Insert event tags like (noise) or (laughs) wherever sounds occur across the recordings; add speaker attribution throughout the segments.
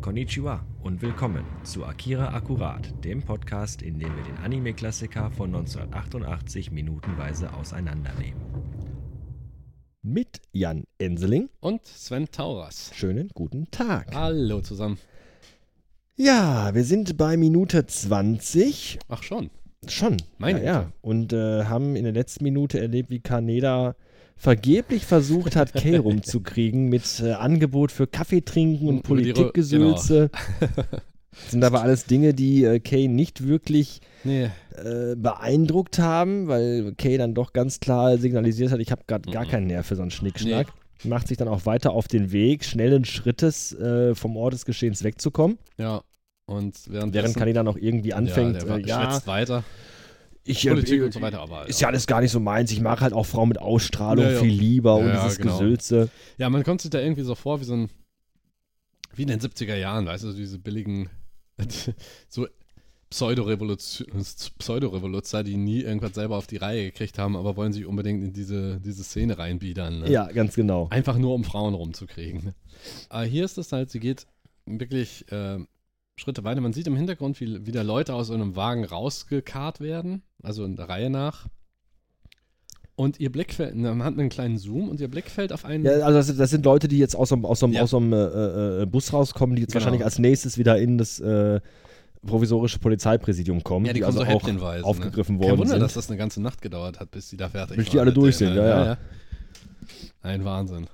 Speaker 1: Konnichiwa und willkommen zu Akira Akkurat, dem Podcast, in dem wir den Anime-Klassiker von 1988 minutenweise auseinandernehmen. Mit Jan Enseling,
Speaker 2: Und Sven Tauras.
Speaker 1: schönen guten Tag.
Speaker 2: Hallo zusammen.
Speaker 1: Ja, wir sind bei Minute 20.
Speaker 2: Ach schon.
Speaker 1: Schon.
Speaker 2: Meine
Speaker 1: ja, ja. Und äh, haben in der letzten Minute erlebt, wie Kaneda vergeblich versucht hat,
Speaker 2: (laughs)
Speaker 1: Kay rumzukriegen mit äh, Angebot für Kaffee trinken und
Speaker 2: Und über die genau. Ro-
Speaker 1: Politikgesülze. Sind aber alles Dinge, die äh, Kay nicht wirklich
Speaker 2: Nee.
Speaker 1: äh, beeindruckt haben, weil Kay dann doch ganz klar signalisiert hat, ich habe gerade
Speaker 2: Mhm.
Speaker 1: gar keinen Nerv für so einen Schnickschnack. Macht sich dann auch weiter auf den Weg, schnellen Schrittes äh, vom Ort des Geschehens wegzukommen,
Speaker 2: Ja. Und während
Speaker 1: während Kaneda noch irgendwie anfängt,
Speaker 2: ja, der
Speaker 1: äh, ja
Speaker 2: schwätzt weiter.
Speaker 1: ich, äh,
Speaker 2: Politik und so weiter, aber.
Speaker 1: ist
Speaker 2: ja.
Speaker 1: ja alles gar nicht so meins. Ich mag halt auch Frauen mit Ausstrahlung
Speaker 2: Ja, ja.
Speaker 1: viel lieber und
Speaker 2: Ja,
Speaker 1: dieses
Speaker 2: genau.
Speaker 1: Gesülze.
Speaker 2: ja, man kommt sich da irgendwie so vor wie so ein. Wie in den 70er Jahren, weißt du, diese billigen. (laughs) so Pseudorevolution- Pseudorevoluzzer, die nie irgendwas selber auf die Reihe gekriegt haben, aber wollen sich unbedingt in diese, diese Szene reinbiedern. Ne?
Speaker 1: Ja, ganz genau.
Speaker 2: Einfach nur, um Frauen rumzukriegen. Aber hier ist es halt, sie geht wirklich äh, Schritte weiter. Man sieht im Hintergrund, wie wieder Leute aus einem Wagen rausgekarrt werden, also in der Reihe nach. Und ihr Blick fällt, na, man hat einen kleinen Zoom und ihr Blick fällt auf einen.
Speaker 1: Ja, also das, das sind Leute, die jetzt aus so einem, aus so einem,
Speaker 2: Ja.
Speaker 1: aus so einem äh, äh, äh, Bus rauskommen, die jetzt
Speaker 2: Genau.
Speaker 1: wahrscheinlich als nächstes wieder in das äh, provisorische Polizeipräsidium kommen.
Speaker 2: Ja, die kommen
Speaker 1: also
Speaker 2: so häppchenweise.
Speaker 1: auch aufgegriffen
Speaker 2: ne?
Speaker 1: worden
Speaker 2: Kein Wunder,
Speaker 1: sind.
Speaker 2: dass das eine ganze Nacht gedauert hat, bis die da fertig
Speaker 1: Bis
Speaker 2: waren.
Speaker 1: die alle
Speaker 2: mit
Speaker 1: durch
Speaker 2: denen,
Speaker 1: sind,
Speaker 2: ne?
Speaker 1: ja, ja.
Speaker 2: Ein Wahnsinn.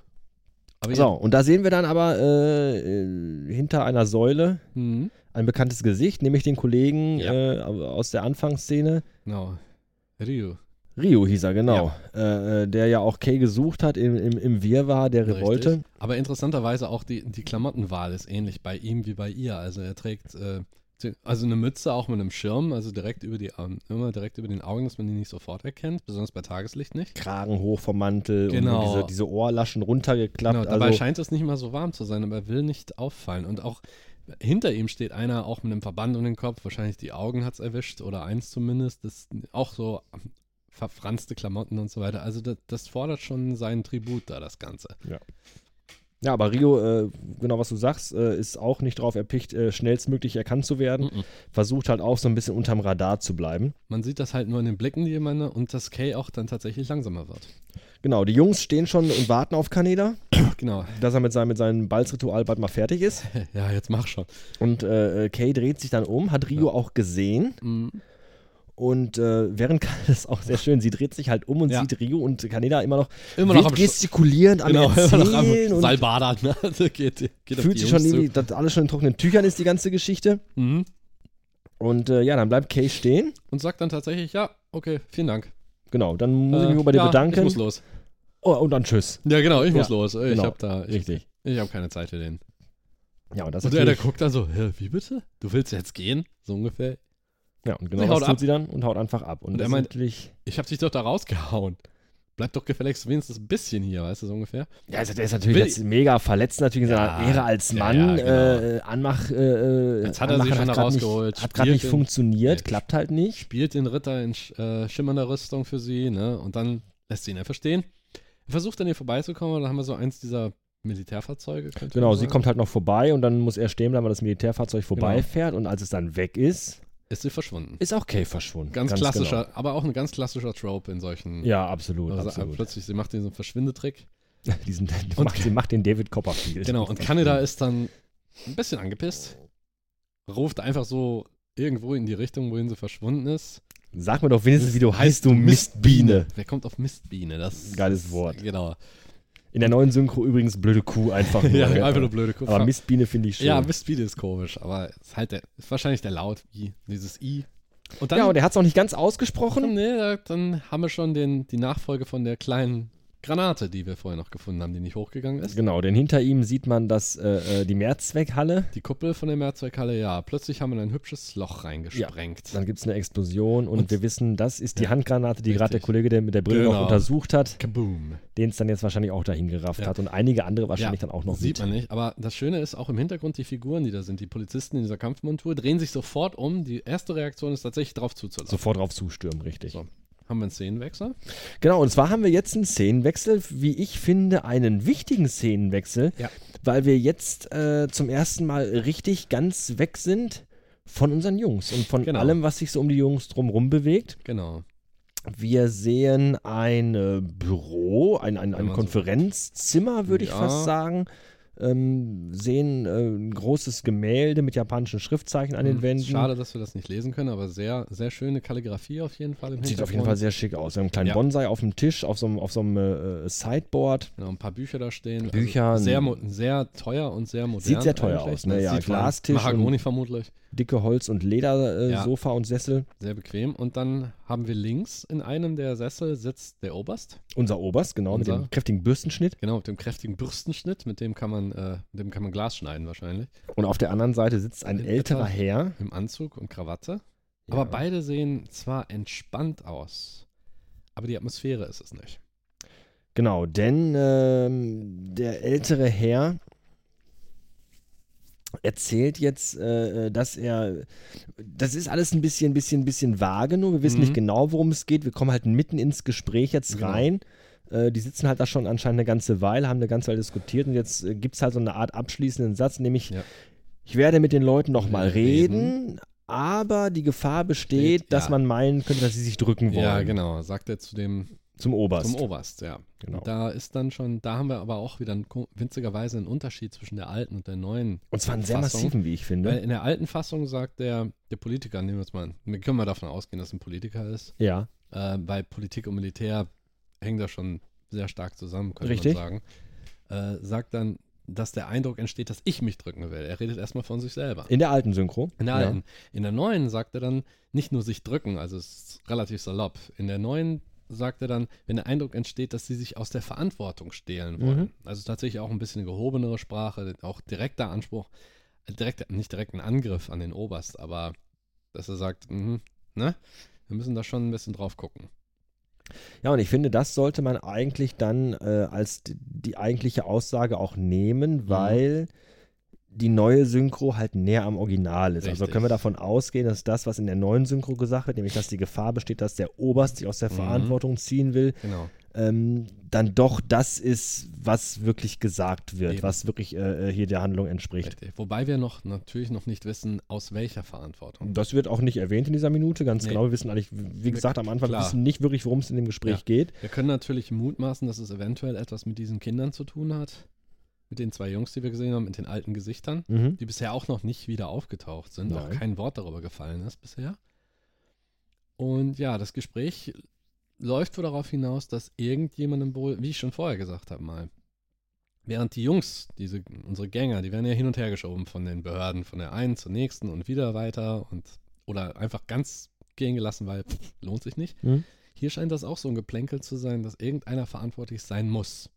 Speaker 2: Aber
Speaker 1: So, und da sehen wir dann aber äh, äh, hinter einer Säule
Speaker 2: ihr- Mhm.
Speaker 1: ein bekanntes Gesicht, nämlich den Kollegen
Speaker 2: Ja.
Speaker 1: äh, aus der Anfangsszene.
Speaker 2: Genau. Rio.
Speaker 1: Rio hieß er, genau. Äh, äh, der ja auch Kay gesucht hat im, im, im Wirrwarr der Revolte.
Speaker 2: Richtig. Aber interessanterweise auch die, die Klamottenwahl ist ähnlich bei ihm wie bei ihr. Also er trägt äh, zi- also eine Mütze auch mit einem Schirm, also direkt über die Augen, immer direkt über den Augen, dass man die nicht sofort erkennt, besonders bei Tageslicht nicht.
Speaker 1: Kragen hoch vom Mantel
Speaker 2: Genau.
Speaker 1: und diese, diese Ohrlaschen runtergeklappt.
Speaker 2: Genau, dabei
Speaker 1: also,
Speaker 2: scheint es nicht mal so warm zu sein, aber er will nicht auffallen. Und auch hinter ihm steht einer auch mit einem Verband um den Kopf, wahrscheinlich die Augen hat es erwischt oder eins zumindest. Das auch so ähm, verfranste Klamotten und so weiter. Also das, das fordert schon seinen Tribut da, das Ganze.
Speaker 1: ja, aber Rio, äh, genau was du sagst, äh, ist auch nicht drauf erpicht, äh, schnellstmöglich erkannt zu werden.
Speaker 2: Mhm.
Speaker 1: Versucht halt auch so ein bisschen unterm Radar zu bleiben.
Speaker 2: Man sieht das halt nur in den Blicken, die jemanden und dass Kay auch dann tatsächlich langsamer wird.
Speaker 1: Genau, die Jungs stehen schon und warten auf Kaneda,
Speaker 2: Genau.
Speaker 1: dass er mit seinem, mit seinem Balzritual bald mal fertig ist.
Speaker 2: (laughs) Ja, jetzt mach schon.
Speaker 1: Und äh, äh, Kay dreht sich dann um, hat Rio auch gesehen.
Speaker 2: Mhm.
Speaker 1: Und äh, während Kaneda, das ist auch sehr schön, sie dreht sich halt um und
Speaker 2: Ja.
Speaker 1: sieht Rio und Kaneda immer noch,
Speaker 2: Immer noch
Speaker 1: wild
Speaker 2: am Sch-
Speaker 1: gestikulierend, am
Speaker 2: Genau, (laughs) immer noch
Speaker 1: Erzählen
Speaker 2: am
Speaker 1: und
Speaker 2: Salbadern. ne? (laughs) Also geht, geht auf
Speaker 1: fühlt
Speaker 2: die
Speaker 1: sich schon
Speaker 2: Jungs
Speaker 1: irgendwie, dass alles schon in trockenen Tüchern ist, die ganze Geschichte.
Speaker 2: zu. Mhm.
Speaker 1: Und äh, ja, dann bleibt Kay stehen.
Speaker 2: Und sagt dann tatsächlich, ja, okay, vielen Dank.
Speaker 1: Genau, dann muss ich mich
Speaker 2: Äh,
Speaker 1: nur bei dir
Speaker 2: ja, Ich
Speaker 1: bedanken.
Speaker 2: muss los.
Speaker 1: Oh, und dann tschüss.
Speaker 2: Ja, genau, ich
Speaker 1: Ja,
Speaker 2: muss los. Ich
Speaker 1: genau.
Speaker 2: hab da, ich,
Speaker 1: Richtig.
Speaker 2: ich hab keine Zeit für den.
Speaker 1: Ja, und das ist
Speaker 2: Und der, der
Speaker 1: natürlich,
Speaker 2: guckt dann so, Hä, wie bitte? Du willst jetzt gehen? So ungefähr.
Speaker 1: ja, und genau
Speaker 2: Sie
Speaker 1: das
Speaker 2: haut
Speaker 1: tut
Speaker 2: ab.
Speaker 1: sie dann und haut einfach ab. Und,
Speaker 2: Und
Speaker 1: das
Speaker 2: er
Speaker 1: ist
Speaker 2: meint-
Speaker 1: natürlich,
Speaker 2: Ich hab dich doch da rausgehauen. Bleib doch gefälligst wenigstens ein bisschen hier, weißt du, so ungefähr.
Speaker 1: ja, also der ist natürlich
Speaker 2: Will-
Speaker 1: jetzt mega verletzt natürlich in seiner
Speaker 2: Ja,
Speaker 1: Ehre als
Speaker 2: ja,
Speaker 1: Mann.
Speaker 2: ja, genau.
Speaker 1: äh, Anmach, äh, äh,
Speaker 2: Jetzt hat er
Speaker 1: Anmachen
Speaker 2: sie schon da
Speaker 1: grad
Speaker 2: rausgeholt,
Speaker 1: Nicht, hat gerade nicht
Speaker 2: spielt den-
Speaker 1: funktioniert,
Speaker 2: Ja,
Speaker 1: klappt halt nicht.
Speaker 2: spielt den Ritter in sch- äh, schimmernder Rüstung für sie, ne? Und dann lässt sie ihn einfach stehen. Er versucht an ihr vorbeizukommen, und dann haben wir so eins dieser Militärfahrzeuge. könnte
Speaker 1: Genau,
Speaker 2: man
Speaker 1: sie
Speaker 2: sagen.
Speaker 1: kommt halt noch vorbei und dann muss er stehen bleiben, weil das
Speaker 2: Genau.
Speaker 1: Militärfahrzeug vorbeifährt. Und als es dann weg ist,
Speaker 2: Ist sie verschwunden.
Speaker 1: ist auch Kay verschwunden.
Speaker 2: Ganz, klassischer, aber auch ein ganz klassischer Trope in solchen.
Speaker 1: Genau. Ja, absolut.
Speaker 2: also, äh,
Speaker 1: absolut.
Speaker 2: Plötzlich, sie macht diesen Verschwindetrick.
Speaker 1: (laughs) Diesen,
Speaker 2: Und-
Speaker 1: macht, sie macht den David Copperfield.
Speaker 2: Genau, und Kaneda ist dann ein bisschen angepisst, ruft einfach so irgendwo in die Richtung, wohin sie verschwunden ist.
Speaker 1: Sag mir doch wenigstens, wie du heißt, du Mistbiene.
Speaker 2: Wer kommt auf Mistbiene? Das
Speaker 1: Geiles Wort. (laughs)
Speaker 2: Genau.
Speaker 1: In der neuen Synchro übrigens blöde Kuh
Speaker 2: (laughs)
Speaker 1: einfach nur.
Speaker 2: Ja, einfach nur blöde
Speaker 1: genau. Aber Mistbiene finde ich schön.
Speaker 2: Ja, Mistbiene ist komisch, aber ist halt der, ist wahrscheinlich der Laut, I, dieses I. Und dann,
Speaker 1: ja, und er hat es auch nicht ganz ausgesprochen.
Speaker 2: nee, da- dann haben wir schon den, die Nachfolge von der kleinen Granate, die wir vorher noch gefunden haben, die nicht hochgegangen ist.
Speaker 1: Genau, denn hinter ihm sieht man das, äh, äh, die Mehrzweckhalle.
Speaker 2: Die Kuppel von der Mehrzweckhalle, ja, plötzlich haben wir ein hübsches Loch reingesprengt.
Speaker 1: Dann gibt es eine Explosion und,
Speaker 2: Und-
Speaker 1: wir wissen, das ist die
Speaker 2: Ja,
Speaker 1: Handgranate, die gerade der
Speaker 2: richtig.
Speaker 1: Kollege, der mit der Brille noch
Speaker 2: Genau.
Speaker 1: untersucht hat,
Speaker 2: Kaboom.
Speaker 1: den es dann jetzt wahrscheinlich auch dahin gerafft
Speaker 2: Ja.
Speaker 1: hat und einige andere wahrscheinlich
Speaker 2: Ja,
Speaker 1: dann auch noch mit.
Speaker 2: Sieht man nicht, aber das Schöne ist, auch im Hintergrund die Figuren, die da sind, die Polizisten in dieser Kampfmontur, drehen sich sofort um. Die erste Reaktion ist tatsächlich drauf zuzulaufen.
Speaker 1: Sofort drauf zustürmen, richtig.
Speaker 2: So. haben wir einen Szenenwechsel.
Speaker 1: Genau, und zwar haben wir jetzt einen Szenenwechsel, wie ich finde, einen wichtigen Szenenwechsel,
Speaker 2: Ja.
Speaker 1: weil wir jetzt äh, zum ersten Mal richtig ganz weg sind von unseren Jungs und von
Speaker 2: Genau.
Speaker 1: allem, was sich so um die Jungs drumherum bewegt.
Speaker 2: Genau.
Speaker 1: Wir sehen ein äh, Büro, ein, ein,
Speaker 2: Wenn man
Speaker 1: ein
Speaker 2: so-
Speaker 1: Konferenzzimmer, würde ich
Speaker 2: Ja.
Speaker 1: fast sagen. Ähm, sehen äh, ein großes Gemälde mit japanischen Schriftzeichen an den Wänden.
Speaker 2: Hm, Schade, dass wir das nicht lesen können, aber sehr, sehr schöne Kalligrafie auf jeden Fall. Im
Speaker 1: Sieht auf jeden Fall
Speaker 2: Hintergrund.
Speaker 1: sehr schick aus. Wir haben einen kleinen
Speaker 2: Ja.
Speaker 1: Bonsai auf dem Tisch, auf so einem, auf so einem äh, Sideboard.
Speaker 2: Genau, ein paar Bücher da stehen.
Speaker 1: Bücher,
Speaker 2: Also sehr,
Speaker 1: ein-
Speaker 2: mo- sehr teuer und sehr modern.
Speaker 1: Sieht sehr teuer
Speaker 2: eigentlich.
Speaker 1: aus, ne? Ja,
Speaker 2: Sieht vor allem
Speaker 1: Glastisch und-
Speaker 2: Mahagoni vermutlich.
Speaker 1: Dicke Holz- und Ledersofa äh,
Speaker 2: Ja.
Speaker 1: Sofa und Sessel.
Speaker 2: Sehr bequem. Und dann haben wir links in einem der Sessel sitzt der Oberst.
Speaker 1: Unser Oberst, genau, mit
Speaker 2: Unser.
Speaker 1: dem kräftigen Bürstenschnitt.
Speaker 2: Genau, mit dem kräftigen Bürstenschnitt. Mit dem kann man, äh, mit dem kann man Glas schneiden wahrscheinlich.
Speaker 1: Und auf der anderen Seite sitzt ein
Speaker 2: Ein
Speaker 1: älterer
Speaker 2: älterer-
Speaker 1: Herr.
Speaker 2: Im Anzug und Krawatte.
Speaker 1: Ja.
Speaker 2: Aber beide sehen zwar entspannt aus, aber die Atmosphäre ist es nicht.
Speaker 1: Genau, denn ähm, der ältere Herr erzählt jetzt, äh, äh, dass er. Das ist alles ein bisschen, bisschen, bisschen vage nur. Wir wissen
Speaker 2: Mhm.
Speaker 1: nicht genau, worum es geht. Wir kommen halt mitten ins Gespräch jetzt
Speaker 2: Genau.
Speaker 1: rein. Äh, die sitzen halt da schon anscheinend eine ganze Weile, haben eine ganze Weile diskutiert und jetzt äh, gibt es halt so eine Art abschließenden Satz, nämlich:
Speaker 2: Ja.
Speaker 1: Ich werde mit den Leuten nochmal
Speaker 2: Reden.
Speaker 1: reden. Aber die Gefahr besteht,
Speaker 2: Steht,
Speaker 1: dass
Speaker 2: ja.
Speaker 1: man meinen könnte, dass sie sich drücken wollen.
Speaker 2: Ja, genau, sagt er zu dem
Speaker 1: Zum Oberst.
Speaker 2: zum Oberst, ja.
Speaker 1: Genau.
Speaker 2: Da ist dann schon, da haben wir aber auch wieder einen, ko- winzigerweise einen Unterschied zwischen der alten und der neuen.
Speaker 1: Und zwar einen sehr
Speaker 2: Fassung.
Speaker 1: massiven, wie ich finde.
Speaker 2: Weil in der alten Fassung sagt der, der Politiker, nehmen wir es mal an, wir können mal davon ausgehen, dass ein Politiker ist.
Speaker 1: ja.
Speaker 2: Äh, bei Politik und Militär hängen das schon sehr stark zusammen, könnte
Speaker 1: Richtig.
Speaker 2: man sagen. Äh, sagt dann, dass der Eindruck entsteht, dass ich mich drücken will. Er redet erstmal von sich selber.
Speaker 1: In der alten Synchro.
Speaker 2: In der
Speaker 1: ja.
Speaker 2: alten. In der neuen sagt er dann nicht nur sich drücken, also es ist relativ salopp. In der neuen sagt er dann, wenn der Eindruck entsteht, dass sie sich aus der Verantwortung stehlen wollen. Also tatsächlich auch ein bisschen gehobenere Sprache, auch direkter Anspruch, äh, direkt, nicht direkt ein Angriff an den Oberst, aber dass er sagt, mhm, ne? Wir müssen da schon ein bisschen drauf gucken.
Speaker 1: Ja, und ich finde, das sollte man eigentlich dann äh, als d- die eigentliche Aussage auch nehmen,
Speaker 2: Mhm.
Speaker 1: weil die neue Synchro halt näher am Original ist. Also
Speaker 2: Richtig.
Speaker 1: können wir davon ausgehen, dass das, was in der neuen Synchro gesagt wird, nämlich dass die Gefahr besteht, dass der Oberst sich aus der
Speaker 2: Mhm.
Speaker 1: Verantwortung ziehen will,
Speaker 2: Genau.
Speaker 1: ähm, dann doch das ist, was wirklich gesagt wird,
Speaker 2: Eben.
Speaker 1: was wirklich äh, äh, hier der Handlung entspricht.
Speaker 2: Richtig. Wobei wir noch natürlich noch nicht wissen, aus welcher Verantwortung.
Speaker 1: Das wird auch nicht erwähnt in dieser Minute, ganz
Speaker 2: Nee.
Speaker 1: genau. Wir wissen eigentlich, wie gesagt, am Anfang wir
Speaker 2: Klar.
Speaker 1: wissen nicht wirklich, worum es in dem Gespräch
Speaker 2: Ja.
Speaker 1: geht.
Speaker 2: Wir können natürlich mutmaßen, dass es eventuell etwas mit diesen Kindern zu tun hat. Mit den zwei Jungs, die wir gesehen haben, mit den alten Gesichtern,
Speaker 1: Mhm.
Speaker 2: die bisher auch noch nicht wieder aufgetaucht sind, auch
Speaker 1: Nein.
Speaker 2: kein Wort darüber gefallen ist bisher. Und ja, das Gespräch läuft wohl darauf hinaus, dass irgendjemandem wohl, wie ich schon vorher gesagt habe mal, während die Jungs, diese, unsere Gänger, die werden ja hin und her geschoben von den Behörden, von der einen zur nächsten und wieder weiter und oder einfach ganz gehen gelassen, weil pff, lohnt sich nicht.
Speaker 1: Mhm.
Speaker 2: Hier scheint das auch so ein Geplänkel zu sein, dass irgendeiner verantwortlich sein muss.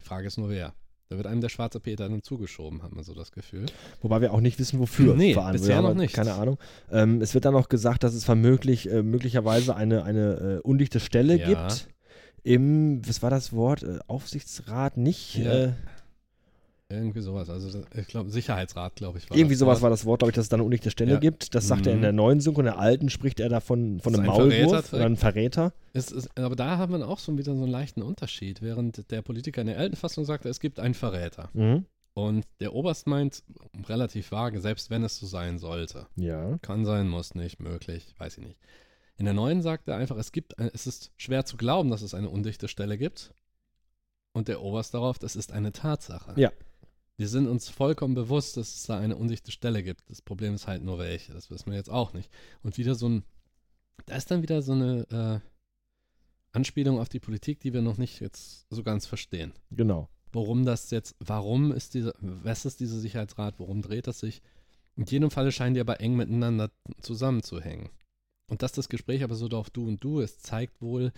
Speaker 2: Die Frage ist nur wer. Da wird einem der schwarze Peter dann zugeschoben, hat man so das Gefühl.
Speaker 1: Wobei wir auch nicht wissen, wofür.
Speaker 2: Nee,
Speaker 1: verantwortlich-
Speaker 2: bisher
Speaker 1: aber
Speaker 2: noch nicht.
Speaker 1: Keine Ahnung. Ähm, es wird dann noch gesagt, dass es vermöglich, äh, möglicherweise eine, eine äh, undichte Stelle
Speaker 2: Ja.
Speaker 1: gibt. Im, was war das Wort? Äh, Aufsichtsrat nicht?
Speaker 2: Ja,
Speaker 1: äh,
Speaker 2: Irgendwie sowas. Also das- ich glaube, Sicherheitsrat, glaube ich.
Speaker 1: irgendwie
Speaker 2: das
Speaker 1: sowas
Speaker 2: Wort.
Speaker 1: war das Wort, glaube ich, dass es da eine undichte Stelle
Speaker 2: Ja.
Speaker 1: gibt. Das sagt er in
Speaker 2: Mhm.
Speaker 1: der neuen Synchro. In der alten spricht er davon von
Speaker 2: Ist
Speaker 1: einem
Speaker 2: ein
Speaker 1: Maulwurf
Speaker 2: Verräter
Speaker 1: oder einem Verräter.
Speaker 2: Es ist, aber da haben wir auch schon wieder so einen leichten Unterschied. Während der Politiker in der alten Fassung sagte, es gibt einen Verräter.
Speaker 1: Mhm.
Speaker 2: Und der Oberst meint, relativ vage, selbst wenn es so sein sollte.
Speaker 1: Ja.
Speaker 2: Kann sein, muss nicht, möglich, weiß ich nicht. In der neuen sagt er einfach, es gibt, ein- es ist schwer zu glauben, dass es eine undichte Stelle gibt. Und der Oberst darauf, das ist eine Tatsache.
Speaker 1: Ja.
Speaker 2: Wir sind uns vollkommen bewusst, dass es da eine undichte Stelle gibt. Das Problem ist halt nur welche. Das wissen wir jetzt auch nicht. Und wieder so ein, da ist dann wieder so eine äh, Anspielung auf die Politik, die wir noch nicht jetzt so ganz verstehen
Speaker 1: Genau.
Speaker 2: worum das jetzt, warum ist diese, was ist dieser Sicherheitsrat, worum dreht das sich? In jedem Falle scheinen die aber eng miteinander zusammenzuhängen. Und dass das Gespräch aber so auf du und du ist, zeigt wohl,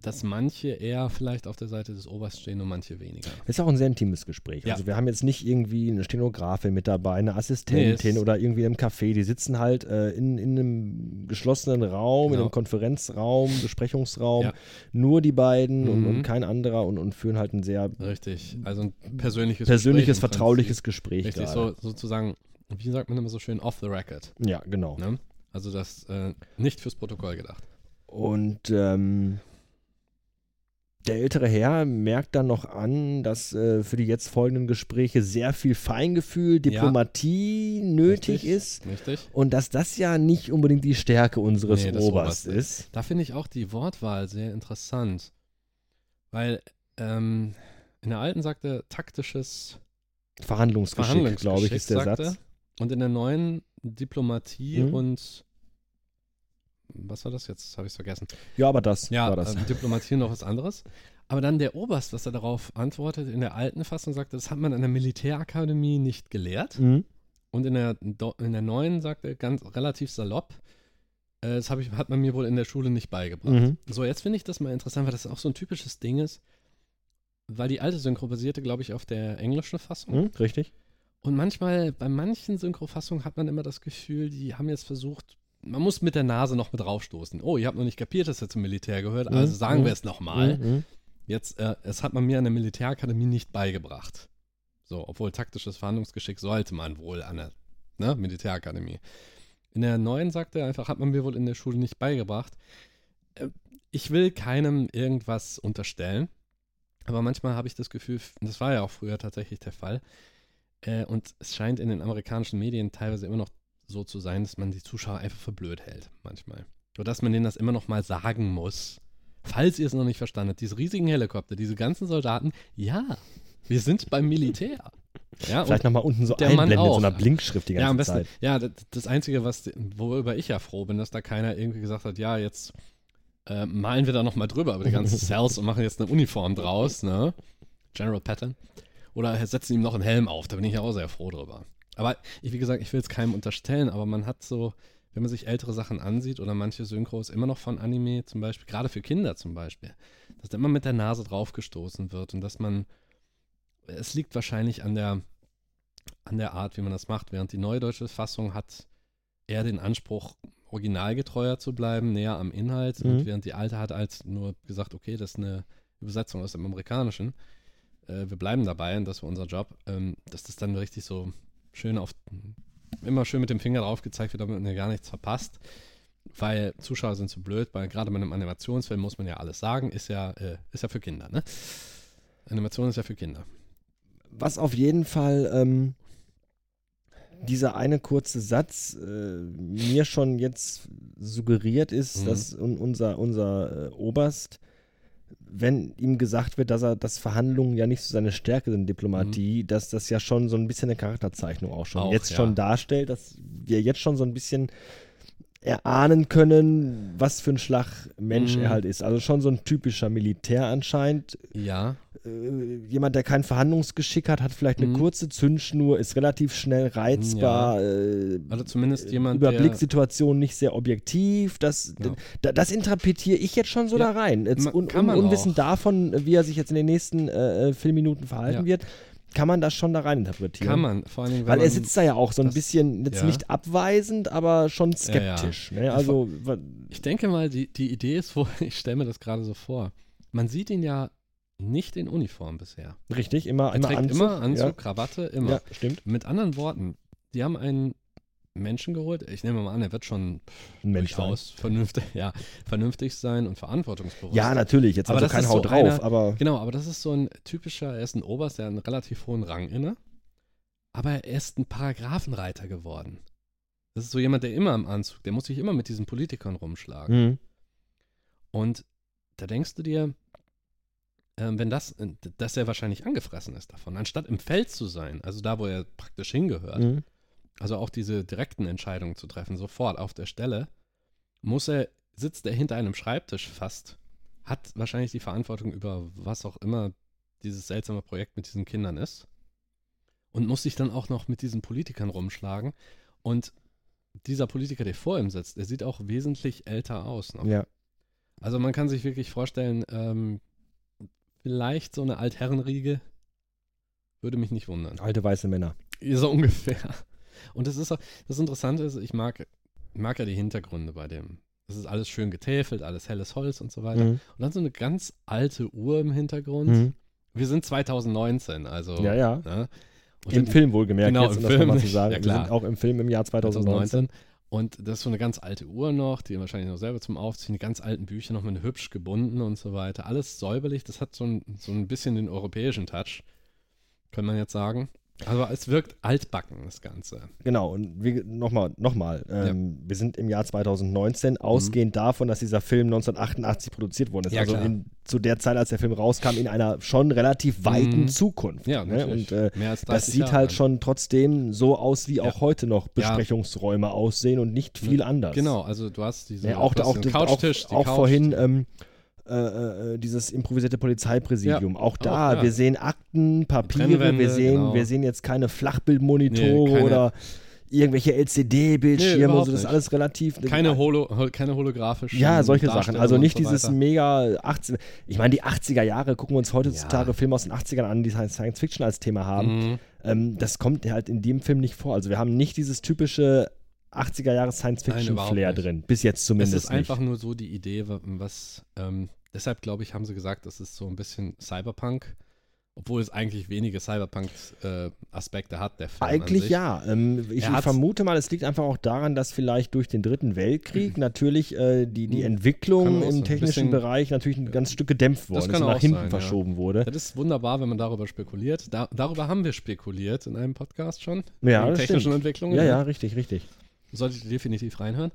Speaker 2: dass manche eher vielleicht auf der Seite des Oberst stehen und manche weniger.
Speaker 1: Ist auch ein sehr intimes Gespräch.
Speaker 2: Ja.
Speaker 1: Also wir haben jetzt nicht irgendwie eine Stenografin mit dabei, eine Assistentin
Speaker 2: Nee, es-
Speaker 1: oder irgendwie im Café. Die sitzen halt äh, in, in einem geschlossenen Raum, in
Speaker 2: Genau.
Speaker 1: einem
Speaker 2: (laughs)
Speaker 1: Konferenzraum, Besprechungsraum.
Speaker 2: Ja.
Speaker 1: Nur die beiden und,
Speaker 2: Mhm.
Speaker 1: und kein anderer und, und führen halt ein sehr
Speaker 2: Richtig. Also ein persönliches,
Speaker 1: persönliches,
Speaker 2: Gespräch im
Speaker 1: vertrauliches
Speaker 2: Prinzip.
Speaker 1: Gespräch.
Speaker 2: Richtig,
Speaker 1: gerade.
Speaker 2: so, sozusagen, wie sagt man immer so schön, off the record.
Speaker 1: Ja, genau.
Speaker 2: Ne? Also das äh, nicht fürs Protokoll gedacht.
Speaker 1: Und ähm, der ältere Herr merkt dann noch an, dass äh, für die jetzt folgenden Gespräche sehr viel Feingefühl, Diplomatie nötig
Speaker 2: Richtig,
Speaker 1: ist.
Speaker 2: Richtig.
Speaker 1: Und dass das ja nicht unbedingt die Stärke unseres
Speaker 2: Nee, des
Speaker 1: Obers
Speaker 2: Obers
Speaker 1: ist.
Speaker 2: Da finde ich auch die Wortwahl sehr interessant. Weil ähm, in der alten sagt er taktisches
Speaker 1: Verhandlungsgeschick,
Speaker 2: Verhandlungsgeschick,
Speaker 1: glaube ich, ist der
Speaker 2: sagt er.
Speaker 1: Satz.
Speaker 2: Und in der neuen Diplomatie
Speaker 1: Mhm.
Speaker 2: und was war das jetzt? Habe ich vergessen.
Speaker 1: Ja, aber das
Speaker 2: Ja,
Speaker 1: war das.
Speaker 2: ähm, Diplomatie noch was anderes. Aber dann der Oberst, was er darauf antwortet, in der alten Fassung sagte, das hat man an der Militärakademie nicht gelehrt.
Speaker 1: Mhm.
Speaker 2: Und in der, do- in der neuen sagte er ganz relativ salopp, äh, das hab ich, hat man mir wohl in der Schule nicht beigebracht.
Speaker 1: Mhm.
Speaker 2: So, jetzt finde ich das mal interessant, weil das auch so ein typisches Ding ist, weil die alte Synchro basierte, glaube ich, auf der englischen Fassung.
Speaker 1: Mhm. Richtig.
Speaker 2: Und manchmal, bei manchen Synchrofassungen hat man immer das Gefühl, die haben jetzt versucht, man muss mit der Nase noch mit draufstoßen. Oh, ihr habt noch nicht kapiert, dass ihr zum Militär gehört, also
Speaker 1: Mhm,
Speaker 2: sagen
Speaker 1: mhm,
Speaker 2: wir es nochmal.
Speaker 1: Mhm.
Speaker 2: Jetzt, äh, es hat man mir an der Militärakademie nicht beigebracht. So, obwohl taktisches Verhandlungsgeschick sollte man wohl an der ne, Militärakademie. In der neuen sagt er einfach, hat man mir wohl in der Schule nicht beigebracht. Äh, Ich will keinem irgendwas unterstellen, aber manchmal habe ich das Gefühl, f- das war ja auch früher tatsächlich der Fall, äh, und es scheint in den amerikanischen Medien teilweise immer noch so zu sein, dass man die Zuschauer einfach für blöd hält, manchmal. Nur dass man denen das immer noch mal sagen muss. Falls ihr es noch nicht verstanden habt, diese riesigen Helikopter, diese ganzen Soldaten, ja, wir sind beim Militär. Ja, und
Speaker 1: Vielleicht nochmal unten so
Speaker 2: der Mann
Speaker 1: einblenden in so
Speaker 2: auch.
Speaker 1: einer Blinkschrift die ganze
Speaker 2: ja, am besten,
Speaker 1: Zeit.
Speaker 2: ja, das, das Einzige, was, worüber ich ja froh bin, dass da keiner irgendwie gesagt hat, ja, jetzt äh, malen wir da nochmal drüber über die
Speaker 1: (laughs)
Speaker 2: ganzen Cells und machen jetzt eine Uniform draus, ne? General Pattern. Oder setzen ihm noch einen Helm auf, da bin ich ja auch sehr froh drüber. Aber ich, wie gesagt, ich will es keinem unterstellen, aber man hat so, wenn man sich ältere Sachen ansieht oder manche Synchros immer noch von Anime zum Beispiel, gerade für Kinder zum Beispiel, dass da immer mit der Nase draufgestoßen wird und dass man, es liegt wahrscheinlich an der, an der Art, wie man das macht, während die neue deutsche Fassung hat eher den Anspruch, originalgetreuer zu bleiben, näher am Inhalt,
Speaker 1: Mhm.
Speaker 2: und während die alte hat als nur gesagt, okay, das ist eine Übersetzung aus dem Amerikanischen, äh, wir bleiben dabei und das war unser Job, ähm, dass das dann richtig so schön auf, immer schön mit dem Finger drauf gezeigt wird, damit man ja gar nichts verpasst. Weil Zuschauer sind zu blöd, weil gerade bei einem Animationsfilm muss man ja alles sagen, ist ja, äh, ist ja für Kinder, ne? Animation ist ja für Kinder.
Speaker 1: was auf jeden Fall ähm, dieser eine kurze Satz äh, mir schon jetzt suggeriert ist,
Speaker 2: Mhm.
Speaker 1: dass un unser, unser äh, Oberst, wenn ihm gesagt wird, dass er, dass Verhandlungen ja nicht so seine Stärke sind, Diplomatie, dass das ja schon so ein bisschen eine Charakterzeichnung auch schon
Speaker 2: Mhm. Auch,
Speaker 1: jetzt
Speaker 2: ja.
Speaker 1: schon darstellt, dass wir jetzt schon so ein bisschen erahnen können, was für ein Schlag Mensch
Speaker 2: Mhm.
Speaker 1: er halt ist. Also schon so ein typischer Militär anscheinend,
Speaker 2: Ja,
Speaker 1: äh, jemand, der kein Verhandlungsgeschick hat, hat vielleicht eine
Speaker 2: Mhm.
Speaker 1: kurze Zündschnur, ist relativ schnell reizbar, äh,
Speaker 2: also zumindest jemand,
Speaker 1: überblickt
Speaker 2: der.
Speaker 1: Situationen nicht sehr objektiv. Das,
Speaker 2: Ja.
Speaker 1: da, das interpretiere ich jetzt schon so
Speaker 2: Ja,
Speaker 1: da rein. Jetzt,
Speaker 2: ma-
Speaker 1: un,
Speaker 2: kann
Speaker 1: un,
Speaker 2: man
Speaker 1: unwissend
Speaker 2: auch.
Speaker 1: davon, wie er sich jetzt in den nächsten äh, äh, Filmminuten verhalten
Speaker 2: Ja.
Speaker 1: wird, kann man das schon da rein interpretieren.
Speaker 2: Kann man, vor allen Dingen, wenn
Speaker 1: Weil er
Speaker 2: man-
Speaker 1: sitzt da ja auch so ein
Speaker 2: das-
Speaker 1: bisschen, jetzt
Speaker 2: ja.
Speaker 1: nicht abweisend, aber schon
Speaker 2: Ja, ja.
Speaker 1: skeptisch. Ne? Also, wa-
Speaker 2: Ich denke mal, die, die Idee ist, wo, (laughs) ich stelle mir das gerade so vor. Man sieht ihn ja nicht in Uniform bisher.
Speaker 1: richtig, immer,
Speaker 2: Er
Speaker 1: immer
Speaker 2: trägt
Speaker 1: Anzug.
Speaker 2: immer Anzug, Krawatte,
Speaker 1: ja.
Speaker 2: immer.
Speaker 1: ja, stimmt.
Speaker 2: Mit anderen Worten, die haben einen Menschen geholt. Ich nehme mal an, er wird schon
Speaker 1: Ein Mensch sein.
Speaker 2: durchaus vernünftig, (laughs) ja, vernünftig sein und verantwortungsbewusst.
Speaker 1: Ja, natürlich, jetzt
Speaker 2: Aber
Speaker 1: also
Speaker 2: das
Speaker 1: kein
Speaker 2: ist
Speaker 1: Haut
Speaker 2: so
Speaker 1: drauf,
Speaker 2: einer-
Speaker 1: aber.
Speaker 2: Genau, aber das ist so ein typischer, er ist ein Oberst, der hat einen relativ hohen Rang inne, aber er ist ein Paragraphenreiter geworden. Das ist so jemand, der immer im Anzug, der muss sich immer mit diesen Politikern rumschlagen.
Speaker 1: Mhm.
Speaker 2: Und da denkst du dir, ähm, wenn das, äh, dass er wahrscheinlich angefressen ist davon, anstatt im Feld zu sein, also da, wo er praktisch hingehört,
Speaker 1: Mhm.
Speaker 2: also auch diese direkten Entscheidungen zu treffen, sofort auf der Stelle, muss er, sitzt er hinter einem Schreibtisch fast, hat wahrscheinlich die Verantwortung über was auch immer dieses seltsame Projekt mit diesen Kindern ist und muss sich dann auch noch mit diesen Politikern rumschlagen und dieser Politiker, der vor ihm sitzt, der sieht auch wesentlich älter aus noch.
Speaker 1: Ja.
Speaker 2: Also man kann sich wirklich vorstellen, ähm, vielleicht so eine Altherrenriege würde mich nicht wundern.
Speaker 1: Alte weiße Männer.
Speaker 2: So (laughs) ungefähr. Und das ist auch, das Interessante ist, ich mag, mag ja die Hintergründe bei dem. Es ist alles schön getäfelt, alles helles Holz und so weiter.
Speaker 1: Mhm.
Speaker 2: Und dann so eine ganz alte Uhr im Hintergrund.
Speaker 1: Mhm.
Speaker 2: Wir sind 2019, also.
Speaker 1: Ja, ja.
Speaker 2: Ne? Und
Speaker 1: Im
Speaker 2: dann-
Speaker 1: Film wohlgemerkt,
Speaker 2: Genau,
Speaker 1: jetzt,
Speaker 2: im
Speaker 1: um das nochmal
Speaker 2: Film.
Speaker 1: zu sagen.
Speaker 2: (laughs) Ja,
Speaker 1: Wir
Speaker 2: klar.
Speaker 1: sind auch im Film im Jahr 2019.
Speaker 2: Und das ist so eine ganz alte Uhr noch, die wahrscheinlich noch selber zum Aufziehen, die ganz alten Bücher noch mit hübsch gebunden und so weiter. Alles säuberlich, das hat so ein, so ein bisschen den europäischen Touch, kann man jetzt sagen. Aber es wirkt altbacken, das Ganze.
Speaker 1: Genau, und nochmal, nochmal, ähm, wir sind im Jahr 2019, ausgehend davon, dass dieser Film 1988 produziert worden ist.
Speaker 2: Mhm. Ja,
Speaker 1: also
Speaker 2: klar.
Speaker 1: in, zu der Zeit, als der Film rauskam, in einer schon relativ weiten
Speaker 2: Mhm.
Speaker 1: Zukunft.
Speaker 2: Ja,
Speaker 1: ne?
Speaker 2: natürlich.
Speaker 1: Und äh,
Speaker 2: Mehr als 30
Speaker 1: das sieht
Speaker 2: Jahre
Speaker 1: halt
Speaker 2: dann.
Speaker 1: schon trotzdem so aus, wie auch heute noch Besprechungsräume aussehen und nicht viel anders.
Speaker 2: Genau, also du hast diese
Speaker 1: Ja, Äh, auch
Speaker 2: du
Speaker 1: da,
Speaker 2: hast
Speaker 1: auch,
Speaker 2: den
Speaker 1: das-
Speaker 2: Couchtisch,
Speaker 1: auch,
Speaker 2: die
Speaker 1: auch
Speaker 2: Couch,
Speaker 1: vorhin ähm, äh, äh, dieses improvisierte Polizeipräsidium. Auch da,
Speaker 2: Auch, ja.
Speaker 1: wir sehen Akten, Papiere,
Speaker 2: Trennwände,
Speaker 1: wir sehen,
Speaker 2: genau.
Speaker 1: wir sehen jetzt keine Flachbildmonitore
Speaker 2: Nee, keine-
Speaker 1: oder irgendwelche
Speaker 2: Nee,
Speaker 1: LCD-Bildschirme.
Speaker 2: überhaupt
Speaker 1: so, das ist
Speaker 2: nicht.
Speaker 1: alles relativ. ne,
Speaker 2: keine, Holo, (laughs) hol- keine holografischen
Speaker 1: ja, solche Sachen.
Speaker 2: Darstellungen
Speaker 1: Also
Speaker 2: und
Speaker 1: nicht
Speaker 2: so
Speaker 1: dieses
Speaker 2: weiter.
Speaker 1: mega 80 Ich meine, die 80er Jahre gucken wir uns heutzutage Filme aus den 80ern an, die Science Fiction als Thema haben.
Speaker 2: Mhm.
Speaker 1: Ähm, das kommt halt in dem Film nicht vor. Also wir haben nicht dieses typische 80er Jahre Science
Speaker 2: Nein,
Speaker 1: Fiction
Speaker 2: überhaupt
Speaker 1: Flair
Speaker 2: nicht.
Speaker 1: drin. Bis jetzt
Speaker 2: Es
Speaker 1: zumindest.
Speaker 2: ist
Speaker 1: nicht.
Speaker 2: einfach nur so die Idee, wa- was. Ähm, deshalb glaube ich, haben sie gesagt, das ist so ein bisschen Cyberpunk, obwohl es eigentlich wenige Cyberpunk-Aspekte hat, der Film. an
Speaker 1: Eigentlich
Speaker 2: sich.
Speaker 1: ja. Ähm, ich
Speaker 2: Er hat's-
Speaker 1: vermute mal, es liegt einfach auch daran, dass vielleicht durch den Dritten Weltkrieg natürlich äh, die, die Entwicklung
Speaker 2: Mhm. Kann auch
Speaker 1: im
Speaker 2: sein.
Speaker 1: technischen
Speaker 2: Bisschen-
Speaker 1: Bereich natürlich ein ganz Stück gedämpft worden
Speaker 2: kann
Speaker 1: ist und nach
Speaker 2: auch
Speaker 1: hinten
Speaker 2: sein, ja.
Speaker 1: verschoben wurde.
Speaker 2: Das ist wunderbar, wenn man darüber spekuliert. Da, darüber haben wir spekuliert in einem Podcast schon.
Speaker 1: Ja,
Speaker 2: in
Speaker 1: das
Speaker 2: technischen
Speaker 1: stimmt.
Speaker 2: Entwicklungen.
Speaker 1: Ja, ja, richtig, richtig.
Speaker 2: Solltet ihr definitiv reinhören.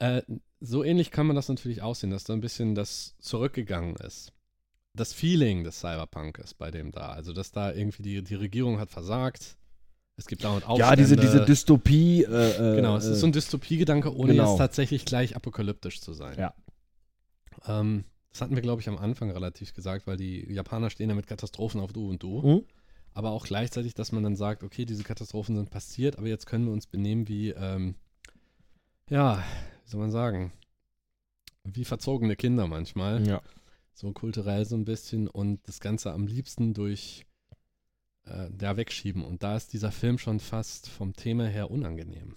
Speaker 2: Äh, so ähnlich kann man das natürlich aussehen, dass da ein bisschen das zurückgegangen ist. Das Feeling des Cyberpunk ist bei dem da. Also, dass da irgendwie die, die Regierung hat versagt. Es gibt dauernd Aufstände.
Speaker 1: Ja, diese, diese Dystopie. Äh, äh,
Speaker 2: Genau, es ist so ein Dystopiegedanke, ohne
Speaker 1: genau.
Speaker 2: jetzt tatsächlich gleich apokalyptisch zu sein.
Speaker 1: Ja.
Speaker 2: Ähm, das hatten wir, glaube ich, am Anfang relativ gesagt, weil die Japaner stehen ja mit Katastrophen auf Du und Du.
Speaker 1: Mhm.
Speaker 2: Aber auch gleichzeitig, dass man dann sagt, okay, diese Katastrophen sind passiert, aber jetzt können wir uns benehmen wie, ähm, ja, wie soll man sagen, wie verzogene Kinder manchmal.
Speaker 1: äh, ja.
Speaker 2: So kulturell so ein bisschen und das Ganze am liebsten durch äh, da wegschieben. Und da ist dieser Film schon fast vom Thema her unangenehm.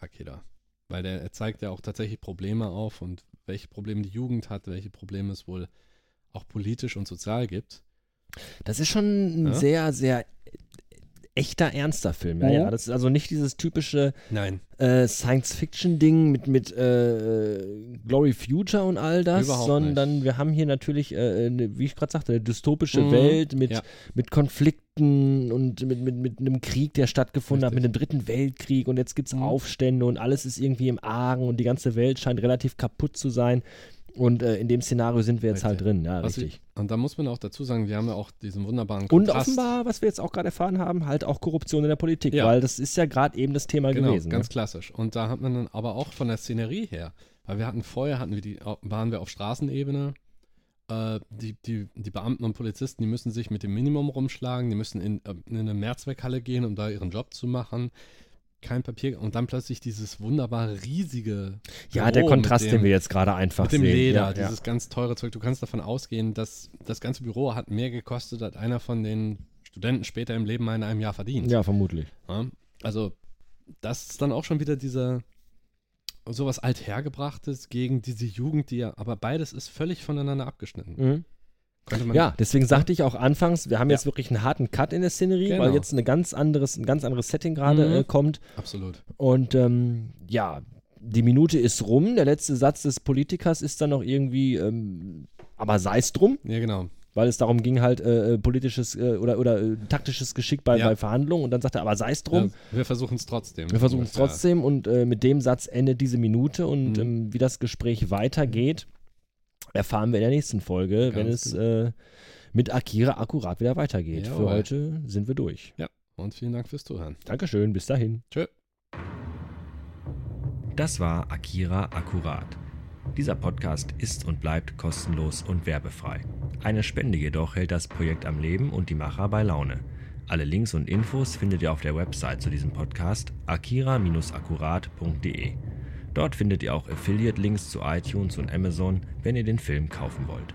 Speaker 2: Akeda. Weil der er zeigt ja auch tatsächlich Probleme auf und welche Probleme die Jugend hat, welche Probleme es wohl auch politisch und sozial gibt.
Speaker 1: Das ist schon ein
Speaker 2: Ja.
Speaker 1: sehr, sehr echter, ernster Film. Ja,
Speaker 2: Mhm.
Speaker 1: ja. Das ist also nicht dieses typische
Speaker 2: Nein,
Speaker 1: äh, Science-Fiction-Ding mit, mit äh, Glory Future und all das,
Speaker 2: Überhaupt
Speaker 1: sondern
Speaker 2: nicht.
Speaker 1: wir haben hier natürlich, äh, eine, wie ich gerade sagte, eine dystopische
Speaker 2: Mhm,
Speaker 1: Welt mit,
Speaker 2: ja.
Speaker 1: mit Konflikten und mit, mit, mit einem Krieg, der stattgefunden hat, mit dem Dritten Weltkrieg und jetzt gibt es
Speaker 2: Mhm.
Speaker 1: Aufstände und alles ist irgendwie im Argen und die ganze Welt scheint relativ kaputt zu sein. Und äh, in dem Szenario sind wir jetzt halt
Speaker 2: Richtig.
Speaker 1: drin, ja,
Speaker 2: Was
Speaker 1: richtig.
Speaker 2: Wir, und da muss man auch dazu sagen, wir haben ja auch diesen wunderbaren
Speaker 1: Und
Speaker 2: Kontrast.
Speaker 1: offenbar, was wir jetzt auch gerade erfahren haben, halt auch Korruption in der Politik,
Speaker 2: Ja.
Speaker 1: weil das ist ja gerade eben das Thema
Speaker 2: genau,
Speaker 1: gewesen.
Speaker 2: ganz
Speaker 1: ne?
Speaker 2: klassisch. Und da hat man dann aber auch von der Szenerie her, weil wir hatten vorher hatten wir die, waren wir auf Straßenebene. Äh, die, die, die Beamten und Polizisten, die müssen sich mit dem Minimum rumschlagen, die müssen in, äh, in eine Mehrzweckhalle gehen, um da ihren Job zu machen. Kein Papier und dann plötzlich dieses wunderbare, riesige.
Speaker 1: Ja, der
Speaker 2: Büro mit
Speaker 1: Kontrast,
Speaker 2: dem-
Speaker 1: den wir jetzt gerade einfach
Speaker 2: Mit dem
Speaker 1: sehen.
Speaker 2: Leder,
Speaker 1: ja, ja.
Speaker 2: dieses ganz teure Zeug. Du kannst davon ausgehen, dass das ganze Büro hat mehr gekostet, als einer von den Studenten später im Leben mal in einem Jahr verdient.
Speaker 1: Ja, vermutlich.
Speaker 2: Ja, also, das ist dann auch schon wieder dieser sowas althergebrachtes gegen diese Jugend, die ja, aber beides ist völlig voneinander abgeschnitten. Könnte man
Speaker 1: Ja, deswegen sagte ich auch anfangs, wir haben
Speaker 2: Mhm. Ja.
Speaker 1: jetzt wirklich einen harten Cut in der Szenerie, weil
Speaker 2: Genau.
Speaker 1: jetzt eine ganz anderes, ein ganz anderes Setting gerade
Speaker 2: Mhm.
Speaker 1: äh, kommt.
Speaker 2: absolut.
Speaker 1: Und ähm, ja, die Minute ist rum. Der letzte Satz des Politikers ist dann noch irgendwie, ähm, aber sei es drum,
Speaker 2: Ja, genau.
Speaker 1: weil es darum ging, halt äh, äh, politisches äh, oder, oder äh, taktisches Geschick bei,
Speaker 2: Ja.
Speaker 1: bei Verhandlungen. Und dann sagt er, aber sei es drum.
Speaker 2: Ja, wir versuchen es trotzdem.
Speaker 1: Wir versuchen es
Speaker 2: Ja.
Speaker 1: trotzdem und äh, mit dem Satz endet diese Minute und
Speaker 2: Mhm.
Speaker 1: ähm, wie das Gespräch weitergeht, erfahren wir in der nächsten Folge, wenn
Speaker 2: Ganz genau.
Speaker 1: es äh, mit Akira akkurat wieder weitergeht. Für
Speaker 2: Jawohl.
Speaker 1: heute sind wir durch.
Speaker 2: Und vielen Dank fürs Zuhören.
Speaker 1: Dankeschön, bis dahin.
Speaker 2: Tschö.
Speaker 1: Das war Akira akkurat. Dieser Podcast ist und bleibt kostenlos und werbefrei. Eine Spende jedoch hält das Projekt am Leben und die Macher bei Laune. Alle Links und Infos findet ihr auf der Website zu diesem Podcast akira-akkurat.de. Dort findet ihr auch Affiliate-Links zu iTunes und Amazon, wenn ihr den Film kaufen wollt.